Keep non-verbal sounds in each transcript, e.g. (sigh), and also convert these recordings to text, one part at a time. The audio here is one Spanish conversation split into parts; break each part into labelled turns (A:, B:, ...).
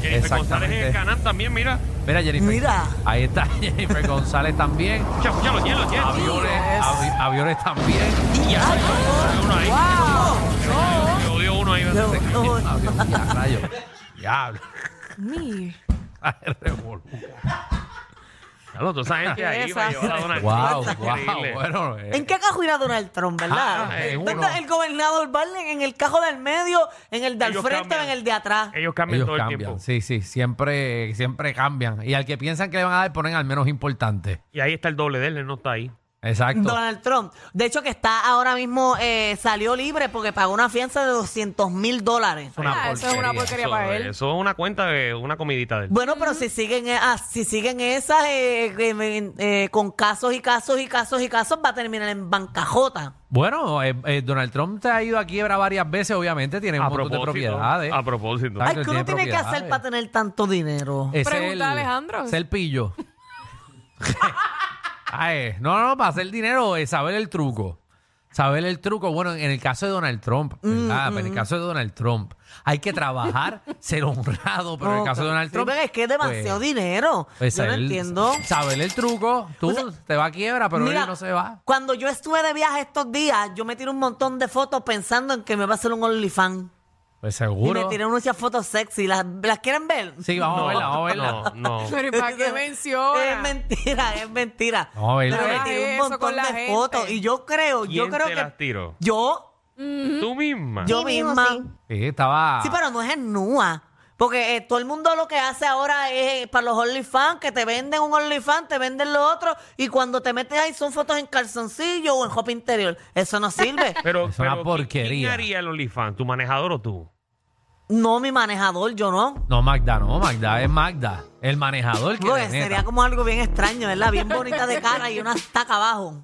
A: Jennifer González en el canal también, mira.
B: Mira, Jennifer.
C: Mira.
B: Ahí está (laughs) Jennifer González también.
A: Escucha, escucha los hielos, hielos.
B: Aviones, avi- aviones también.
A: Hay uno ahí.
C: ¡Wow!
A: Yo odio uno ahí.
C: No,
A: ¿verdad?
C: no,
B: Aviones, ya, rayo. Diablo. (laughs) Ay, revolú.
A: Claro, toda esa gente ahí para llevar a Donald
B: Wow,
A: Trump.
B: wow.
A: Increíble.
B: Bueno, eh,
C: ¿En qué cajo irá Donald Trump, verdad?
B: Ah, en
C: ¿Dónde
B: uno.
C: el gobernador Barney? ¿En el cajo del medio? ¿En el del
A: Ellos
C: frente o
A: cambian.
C: en el de atrás?
A: Ellos cambian
B: ellos
A: todo el
B: cambian.
A: tiempo.
B: Sí, sí, siempre, siempre cambian. Y al que piensan que le van a dar, ponen al menos importante.
A: Y ahí está el doble de él, él no está ahí.
B: Exacto.
C: Donald Trump. De hecho, que está ahora mismo, eh, salió libre porque pagó una fianza de 200 mil dólares.
B: Una
D: eso es una porquería
A: Eso,
D: para él.
A: eso es una cuenta de una comidita de él.
C: Bueno, pero si siguen, eh, ah, si siguen esas eh, eh, eh, con casos y casos y casos y casos, va a terminar en bancajota.
B: Bueno, eh, eh, Donald Trump te ha ido a quiebra varias veces, obviamente, tiene un
A: A
B: montón de
A: propósito,
B: propiedades.
A: a propósito.
B: Ay,
C: Ay, ¿qué uno tiene que hacer
B: propiedades. Eh,
C: para tener tanto dinero?
B: Es
D: Pregunta
B: el-
D: a Alejandro.
B: Es el pillo. (laughs) Ay, no, no, para hacer dinero es saber el truco. Saber el truco, bueno, en el caso de Donald Trump,
C: Mm,
B: ¿verdad? Pero en el caso de Donald Trump, hay
C: (laughs)
B: que trabajar, ser honrado, pero en el caso de Donald
C: Sí,
B: Trump.
C: pero es que es demasiado
B: pues,
C: dinero.
B: pues
C: Yo no
B: saber-
C: entiendo.
B: Saber el truco, tú te va a quiebra, pero
C: Mira,
B: él no se va.
C: Cuando yo estuve de viaje estos días, yo me tiré un montón de fotos pensando en que me va a hacer un OnlyFans.
B: Pues
C: Y me
B: seguro.
C: tiré muchas fotos sexy. ¿Las, las quieren ver?
B: Sí, vamos a verla, vamos a verla.
A: No, no.
D: Pero ¿y (laughs) para qué menciona?
C: Es mentira, es mentira.
B: No, ¿verdad?
C: Pero me
D: Hagas
C: tiré un
D: eso
C: montón
D: con la
C: de
D: gente.
C: fotos. Y yo creo, yo
A: ¿Quién
C: creo
A: te las
C: que.
A: tiro?
C: Yo,
A: Tú misma.
C: yo misma.
B: Sí, estaba.
C: Sí, pero no es en nua. Porque eh, todo el mundo lo que hace ahora es eh, para los OnlyFans, que te venden un OnlyFans, te venden lo otro, y cuando te metes ahí son fotos en calzoncillo o en ropa interior. Eso no sirve.
A: Pero,
B: Es una
A: pero, ¿quién-
B: porquería.
A: ¿Quién haría el OnlyFans? ¿Tu manejador o tú?
C: no, mi manejador, yo no.
B: No, Magda, no, Magda, es Magda. El manejador que
C: Pues,
B: le meta.
C: sería como algo bien extraño, ¿verdad? Bien bonita de cara y una taca abajo.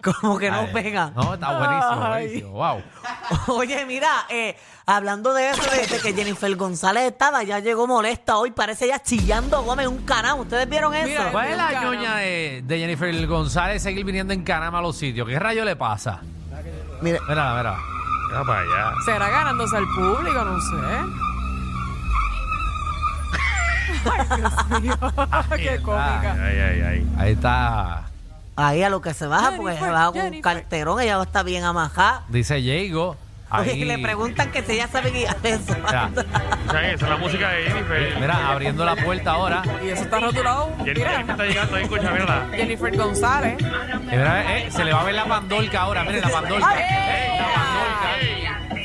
C: Como que no
B: Ay,
C: pega.
B: No, está buenísimo, buenísimo. Wow.
C: (laughs) Oye, mira, eh, hablando de eso, de, de que Jennifer González estaba, ya llegó molesta hoy, parece ya chillando a Gómez un canal. ¿Ustedes vieron eso?
D: Mira,
B: ¿Cuál es la
D: Nunca,
B: ñoña de, de Jennifer González seguir viniendo en canama a los sitios? ¿Qué rayo le pasa?
C: Mira,
B: Mira, mira.
A: Mira para allá.
D: ¿Será ganándose al público? No sé. Ay, Dios mío. Qué cómica.
A: Ay, ay, ay.
B: Ahí está.
C: ahí a lo que se baja, porque se
D: Jennifer,
C: baja con un
D: Jennifer.
C: carterón, ella está bien amajada.
B: Dice Diego.
C: Oye, y le preguntan que si ella sabe guiar eso.
B: Mira,
A: ¿Sabes? Esa es la música de Jennifer.
B: mira, abriendo la puerta ahora.
D: Y eso está rotulado.
A: Jennifer, Jennifer
D: Mira,
A: está llegando ahí, escucha,
D: (laughs)
A: mírala.
D: Jennifer González.
B: Y mira, eh, se le va a ver la pandolca ahora. Miren, la pandolca. Eh, la pandolca.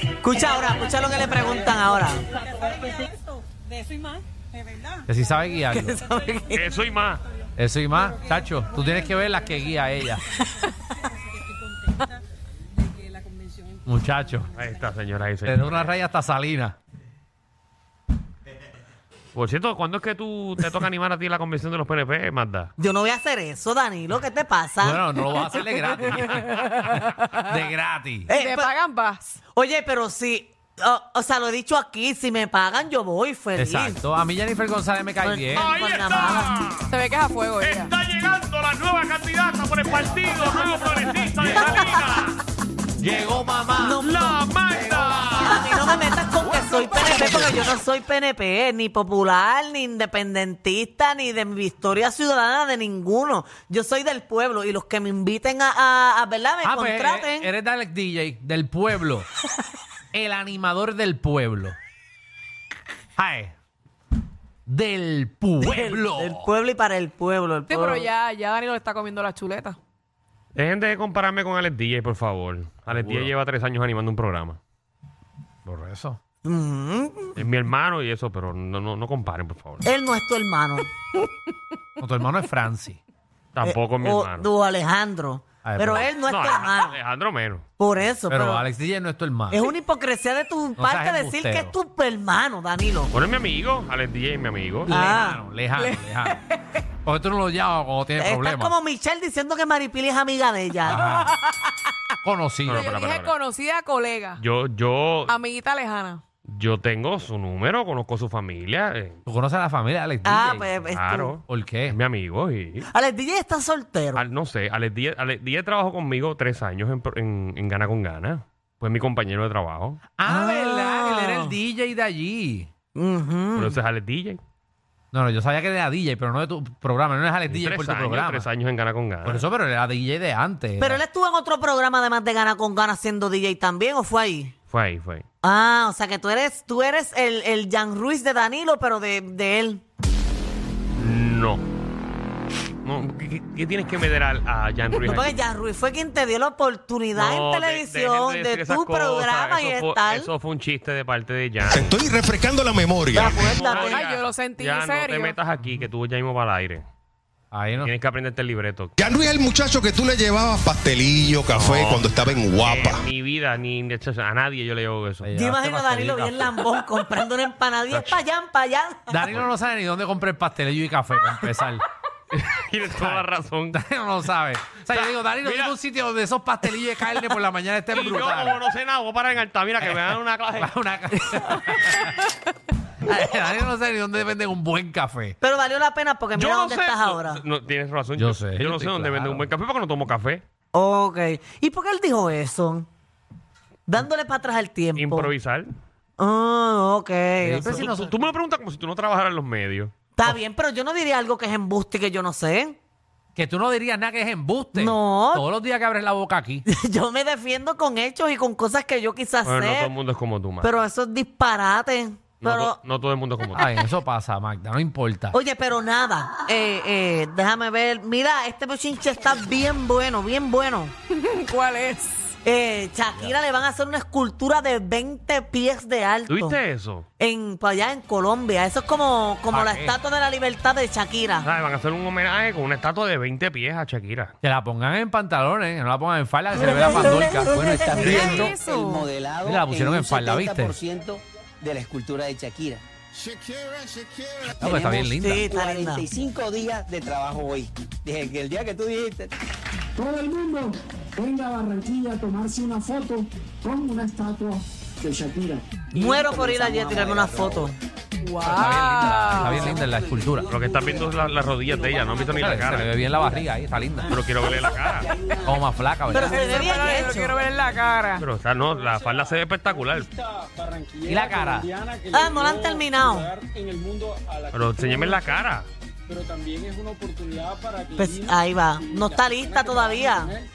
C: Escucha ahora, escucha lo que le preguntan ahora. (laughs)
B: Que si sabe guiarlo.
A: Eso y Eh, más.
B: Eso y más, chacho. Tú tienes que ver las que guía a ella. Muchacho.
A: Ahí está, señora. Ahí,
B: Te da una raya hasta Salina.
A: Por cierto, ¿cuándo es que tú te toca animar a ti la convención de los PNP, Magda?
C: Yo no voy a hacer eso, Danilo, ¿qué te pasa?
B: Bueno, no lo vas a hacer de gratis. De gratis.
C: Eh,
D: Te
C: pe-
D: pagan, vas.
C: Oye, pero si, o- o sea, lo he dicho aquí, si me pagan yo voy feliz.
B: Exacto. A mí Jennifer González me cae bien.
C: Ay.
A: ¡Ahí está!
D: Se ve que es a fuego ella.
A: Está llegando la nueva candidata por el partido Nuevo Progresista de (laughs) Salina.
B: Llegó mamá.
A: ¡La Magda!
C: A mí no me metas con que soy PNP, porque yo no soy PNP, ni popular, ni independentista, ni de mi historia ciudadana de ninguno. Yo soy del pueblo y los que me inviten a, a, a, ¿verdad? Me
B: Ah, pues,
C: contraten.
B: eh, eres del DJ del pueblo. El animador del pueblo. Ay. Del pueblo.
C: Del pueblo y para el pueblo. El
D: Sí, pero
A: oh.
C: pueblo.
D: ya, ya Danilo le está comiendo la chuleta.
A: Dejen de compararme con Alex DJ, por favor. Alex DJ lleva tres años animando un programa.
B: Por eso.
A: Es mi hermano y eso, pero no, no, no comparen, por favor.
C: Él no es tu hermano.
B: No, tu hermano es Francis.
A: Tampoco es mi
C: o
A: hermano.
C: tu Alejandro.
B: Ay,
C: pero
B: pero-
C: él Eh, oh, no es tu hermano.
A: Alejandro menos.
C: Por eso.
B: Pero,
C: pero
B: Alex DJ no es tu hermano.
C: es una hipocresía de tu
B: seas
C: parte decir que es
B: embustero.
C: tu hermano, Danilo.
A: Bueno, es mi amigo. Alex DJ es mi amigo.
C: Ah,
B: Lejano, lejano, lejano. Porque tú no lo llamas cuando tienes
C: estás
B: problemas.
C: como Michelle diciendo que Maripili es amiga de ella.
B: Ajá. Conocido.
A: No,
D: Yo
A: para,
D: dije
A: para, para.
D: conocida colega,
A: Yo, yo,
D: amiguita lejana.
A: yo tengo su número, conozco su familia. eh,
B: Tú conoces a la familia de Alex
C: Ah,
B: DJ.
C: pues es tú.
A: claro.
B: ¿Por qué?
A: Es mi amigo y...
C: Alex DJ está soltero.
A: Al- no sé, Alex Díez, Alex Díez trabajó conmigo tres años en, pro- en, en Gana con Gana. Fue mi compañero de trabajo.
B: Ah,
C: Ah.
B: ¿verdad? Él era el DJ de allí.
C: Ujú.
A: Pero ese es Alex DJ.
B: No, no, yo sabía que era DJ, pero no de tu programa. No es Alex DJ por
A: tres,
B: tu
A: años,
B: programa.
A: tres años en Gana con Gana.
B: Por eso, pero era DJ de antes.
C: Pero él estuvo en otro programa además de Gana con Gana siendo DJ también, ¿o fue ahí?
A: Fue ahí, fue ahí.
C: Ah, o sea que tú eres, tú eres el, el Jan Ruiz de Danilo, pero de, de él.
A: No. No, ¿qué, qué- qué tienes que meter al- a Jan Ruiz?
C: No,
A: aquí?
C: porque Jan Ruiz fue quien te dio la oportunidad
A: No,
C: en
A: de-
C: televisión
A: dejen
C: de,
A: decir
C: tu
A: esas cosas.
C: programa y
A: Eso fue-
C: estar.
A: Eso fue un chiste de parte de Jan.
E: Estoy refrescando la memoria.
C: Acuérdate.
D: Ay, yo lo sentí,
A: Jan,
D: en
A: no te
D: serio.
A: metas aquí, que tú ya mismo vas al aire.
B: Ahí no.
A: Tienes que aprenderte el libreto.
E: Ya no es el muchacho que tú le llevabas pastelillo, café cuando estaba en guapa.
A: Eh, ni vida, ni ni- a nadie yo le llevo eso.
B: Ahí
C: Yo imagino a Danilo bien lambón comprando una empanadilla para allá, para allá.
B: Danilo no sabe ni dónde compré el pastelillo y café, para
A: (laughs)
B: empezar. (laughs)
A: Tienes toda la razón.
B: Danilo no sabe. O sea, yo digo, Danilo,
A: Mira.
B: tiene un sitio donde esos pastelillos de carne por la mañana
A: (laughs)
B: estén
A: Y yo como
B: brutales.
A: no sé nada, voy a parar en Altamira que me dan una clase.
B: (laughs) Una ca- Danilo no sabe ni dónde venden un buen café.
C: Pero valió la pena porque mira dónde estás ahora.
A: No, tienes razón.
B: Yo sé,
A: Yo no
B: estoy
A: sé dónde
B: claro.
A: venden un buen café porque no tomo café.
C: Ok. ¿Y por qué él dijo eso? Dándole para atrás el tiempo.
A: Improvisar.
C: Ah, ok.
B: Pero si
A: Tú-
B: no-
A: tú, tú me lo preguntas como si tú no trabajaras en los medios.
C: Está bien, pero yo no diría algo que es embuste y que yo no sé. (laughs)
B: Que tú no dirías nada que es embuste.
C: No.
B: Todos los días que abres la boca
C: (laughs)
B: aquí.
C: yo me defiendo con hechos y con cosas que yo quizás
A: Bueno, no todo el
C: sé.
A: mundo es como tú, Magda.
C: pero eso es disparate.
A: no,
C: Pero,
A: to- no todo el mundo es como tú.
B: Ay, eso pasa, Magda, no importa.
C: oye, pero nada. Eh, eh, déjame ver. Mira, este bochinche está bien bueno, bien bueno.
D: ¿Cuál es?
C: Eh, Shakira le van a hacer una escultura de 20 pies de alto.
A: ¿Tuviste eso?
C: En, para allá en Colombia. Eso es como, como
B: ¿Pa'
C: la
B: qué?
C: estatua de la libertad de Shakira.
A: ¿Sabes? Van a hacer un homenaje con una estatua de 20 pies a Shakira.
B: Que la pongan en pantalones, que no la pongan en falda, que se le vea la pandorca.
F: Bueno, está
D: Mira
F: viendo
D: eso.
F: el modelado
B: Mira, la pusieron en
F: un
B: falda, ¿viste?
F: 70% de la escultura de Shakira.
B: No, pero Ah, pues está
F: Tenemos
B: bien linda.
C: Sí, está linda.
F: 45 días de trabajo hoy. Dije que el día que tú dijiste,
G: venga a Barranquilla a tomarse una foto con una estatua de Shakira.
C: Muero por ir allí a tirarme una foto.
D: Wow.
B: Está bien linda, está bien linda la escultura.
A: Lo que están viendo es la- las rodillas de ella, no han visto ni la
B: Se le ve
A: cara.
B: bien la barriga ahí, está linda.
A: Pero quiero verle la cara.
B: Como más flaca,
C: Pero
B: ¿verdad?
C: se ve bien
D: Pero yo lo
C: hecho.
D: quiero ver en la cara.
A: Pero está, no, la falda se ve espectacular.
B: ¿Y la cara?
C: Ah, no la han terminado.
A: Pero enséñame la cara.
C: Pues ahí va. No está lista todavía. (laughs)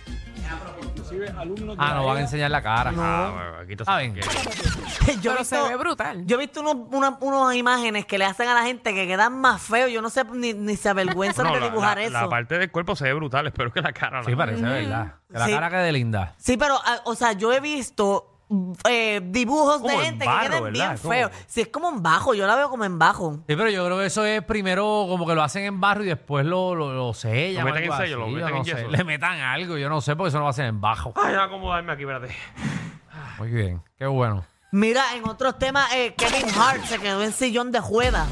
B: Ah, no van a enseñar la cara.
A: Ah, bueno, aquí está.
B: ¿Saben?
C: Yo he
D: Pero se
C: visto-
D: ve brutal.
C: Yo he visto unos- una- unas imágenes que le hacen a la gente que quedan más feos. Yo no sé ni, ni se avergüenzan
A: No,
C: de
A: la,
C: dibujar
A: la-
C: eso.
A: la parte del cuerpo se ve brutal, espero que la cara.
B: Sí,
A: la-
B: parece verdad. Que la
C: Sí.
B: cara quede linda.
C: Sí, pero, ah, o sea, yo he visto eh, dibujos de
A: Como en
C: gente
A: barro,
C: que quedan
A: ¿verdad?
C: bien
A: Es como-
C: feos. Si es como en bajo, yo la veo como en bajo.
B: Sí, pero yo creo que eso es primero como que lo hacen en barro y después lo, lo, lo sellan.
A: Lo
B: o
A: meten
B: algo
A: en sello,
B: así,
A: lo
B: yo
A: meten
B: no
A: en
B: sé.
A: yeso.
B: Le metan algo, yo no sé, porque eso no lo hacen en bajo.
A: Ay, déjame acomodarme aquí, espérate.
B: Muy bien, qué bueno.
C: Mira, en otros temas, eh, Kevin Hart se quedó en sillón de juega.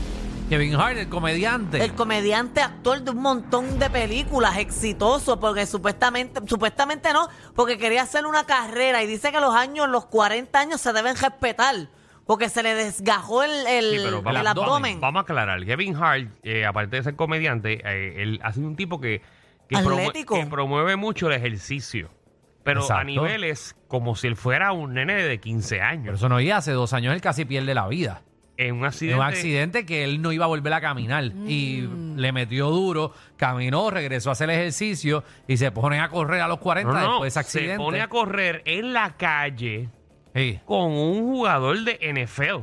B: Kevin Hart, el comediante.
C: El comediante actor de un montón de películas, exitoso, porque supuestamente, supuestamente no, porque quería hacer una carrera y dice que los años, los 40 años se deben respetar, porque se le desgajó el, el-
A: Sí, pero vamos-
C: el abdomen.
A: Vamos a aclarar. Kevin Hart, eh, aparte de ser comediante, eh, él ha sido un tipo que, que,
C: Atlético.
A: que promueve mucho el ejercicio. Pero a
B: Exacto.
A: niveles como si él fuera un nene de 15
B: Pero
A: años.
B: eso no iba hace dos años, él casi pierde la vida.
A: En un
B: De
A: accidente.
B: un accidente que él no iba a volver a caminar. Y le metió duro, caminó, regresó a hacer ejercicio y se ponen a correr a los 40
A: No, no,
B: después de ese accidente.
A: se pone a correr en la calle
B: Sí.
A: con un jugador de NFL.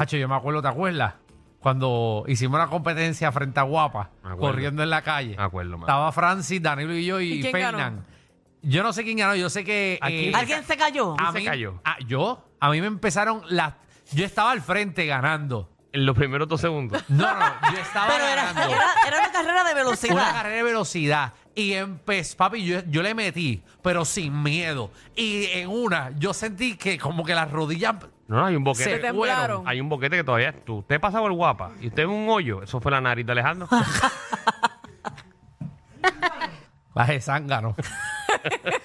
B: Hacho, yo me acuerdo, ¿te acuerdas? Cuando hicimos una competencia frente a Guapa,
A: Me acuerdo.
B: corriendo en la calle.
A: Me acuerdo, me
B: Estaba Francis, Danilo y yo y,
D: ¿Y quién
B: Fernan.
D: ganó?
B: Yo no sé quién ganó, yo sé que...
A: ¿A quién?
C: ¿Alguien se cayó?
A: Ah,
B: a
A: se
B: mí,
A: cayó?
B: a- ¿Yo? A mí me empezaron las... Yo estaba al frente ganando.
A: En los primeros dos segundos.
B: No, no, yo estaba
C: (laughs) Pero era,
B: ganando.
C: era- era una carrera de
B: Una
C: velocidad.
B: carrera de velocidad. Y empezó, papi, yo, yo le metí, pero sin miedo. Y en una, yo sentí que como que las rodillas
A: No, no, hay un
B: se
A: boquete.
D: temblaron.
B: fueron.
A: Hay un boquete que todavía. Tú, usted pasa por guapa y usted en un hoyo. Eso fue la nariz de
B: (laughs)
A: Alejandro.
B: Bajé zángano.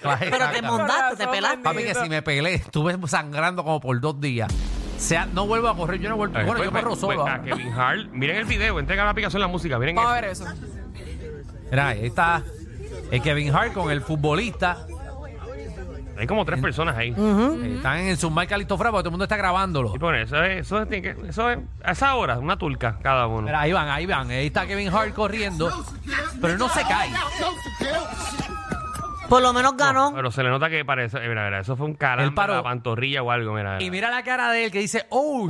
B: Bajé
C: Pero te
B: zángano.
C: montaste, te
D: Corazón,
C: pelaste.
B: Papi, que si me pelé, estuve sangrando como por dos días. O sea, no vuelvo a correr, yo no vuelvo.
A: Eh,
B: Bueno,
A: pues,
B: yo
A: pues,
B: corro solo.
A: pues, a
B: ahora.
A: Kevin Hart. Miren el video, entrega la aplicación la música. Miren
D: Vamos a
A: esto.
D: ver eso.
B: Mira, ahí está el Kevin Hart con el futbolista.
A: Hay como tres personas ahí.
B: Eh, están en su Mike Calixto Fra, porque todo el mundo está grabándolo.
A: Y pone, eso es, eso es- tiene que- eso es- a esa hora, una turca cada uno.
B: Mira, ahí van, ahí van. Ahí está Kevin Hart corriendo, pero no se cae.
C: Por lo menos ganó.
A: Pero se le nota que parece, eh, mira, mira, eso fue un calambre
B: Él paró.
A: en la pantorrilla o algo, mira.
B: Y mira la cara de él que dice, oh,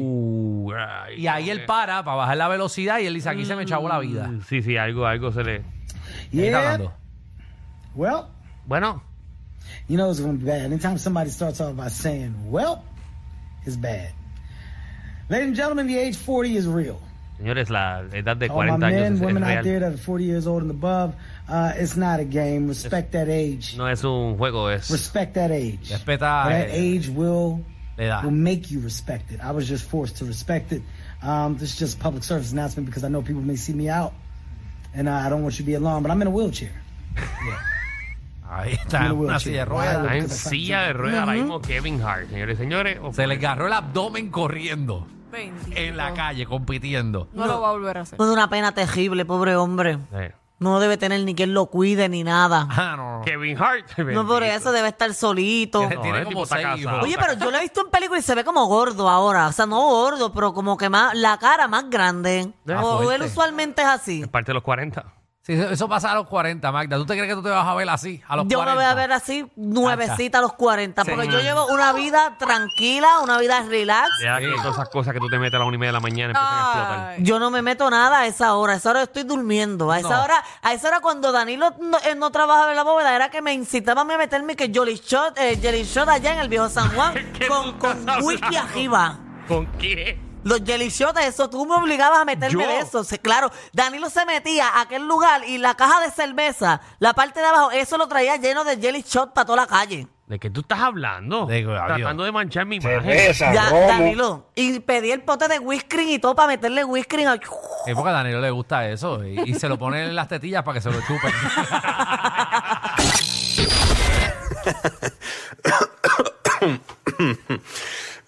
A: Ah. Uh, ay,
B: Y ahí él para para bajar la velocidad y él dice, aquí se me echó la vida.
A: Sí, sí, algo, algo se le.
B: Y ahí está hablando.
G: Well,
A: Bueno,
G: you know it's going to be bad. Eh, Anytime somebody starts off by saying, well, it's bad. Ladies and gentlemen, the age 40 is real.
A: señores, la edad de
G: All my
A: 40 años
G: men,
A: es, es
G: women out there
A: real.
G: that are 40 years old and above, uh, it's not a game. Respect that age.
A: No es un juego, es.
G: Respect that age.
B: Respeta,
G: That
B: eh,
G: age will
B: la edad.
G: will make you respect it. I was just forced to respect it. Um, this is just a public service announcement because I know people may see me out, and I don't want you to be alarmed. But I'm in a wheelchair.
B: Ahí está,
G: Mira,
B: una
G: Wilson.
B: silla de ruedas.
A: Está en silla de ruedas ahora mismo Kevin Hart, señores y señores.
B: Se le agarró el abdomen corriendo
D: Bendito.
B: en la calle, compitiendo.
D: No, lo va a volver a hacer.
C: Fue una pena terrible, pobre hombre.
A: Eh,
C: No debe tener ni quien lo cuide ni nada.
B: Ah, no, no.
A: Kevin Hart.
C: No, por eso debe estar solito.
B: Ese
A: No,
B: tiene
A: el tipo
B: como
A: está
B: seis
A: casado.
B: hijos.
C: Oye, pero yo lo he visto en película y se ve como gordo ahora. O sea, no gordo, pero como que más la cara más grande.
B: Ah,
C: o, o él
B: fuerte.
C: usualmente es así.
A: Es parte de los 40.
B: Sí, eso- eso pasa a los 40, Magda. ¿Tú te crees que tú te vas a ver así? A los
C: Yo
B: 40.
C: me voy a ver así nuevecita a los 40, porque
B: Sí. Mm.
C: yo llevo una vida tranquila, una vida relax.
A: Ya que todas esas cosas que tú te metes a las 1 y media de la mañana empiezan a explotar.
D: Ay.
C: Yo no me meto nada a esa hora, a esa hora yo estoy durmiendo. A esa
B: No.
C: hora, a esa hora cuando Danilo no, eh, no trabajaba en la bóveda, era que me incitaba a mí a meterme que Jolly Shot, eh, Jelly Shot allá en el viejo San
B: (laughs)
C: Juan
A: ¿Qué
C: con,
A: tú
C: con
A: estás
C: whisky
A: hablando?
C: arriba.
A: ¿Con qué?
C: Los jelly shots, eso, tú me obligabas a meterme
A: ¿Yo?
C: de eso. Sí, Claro, Danilo se metía a aquel lugar y la caja de cerveza, la parte de abajo, eso lo traía lleno de jelly shot para toda la calle.
A: ¿De qué tú estás hablando?
B: De- adiós.
A: Tratando de manchar mi imagen.
C: Ya, Danilo. Y pedí el pote de whisky y todo para meterle whisky. a-
B: Es porque a Danilo le gusta eso y, y se lo pone en las tetillas para que se lo chupen.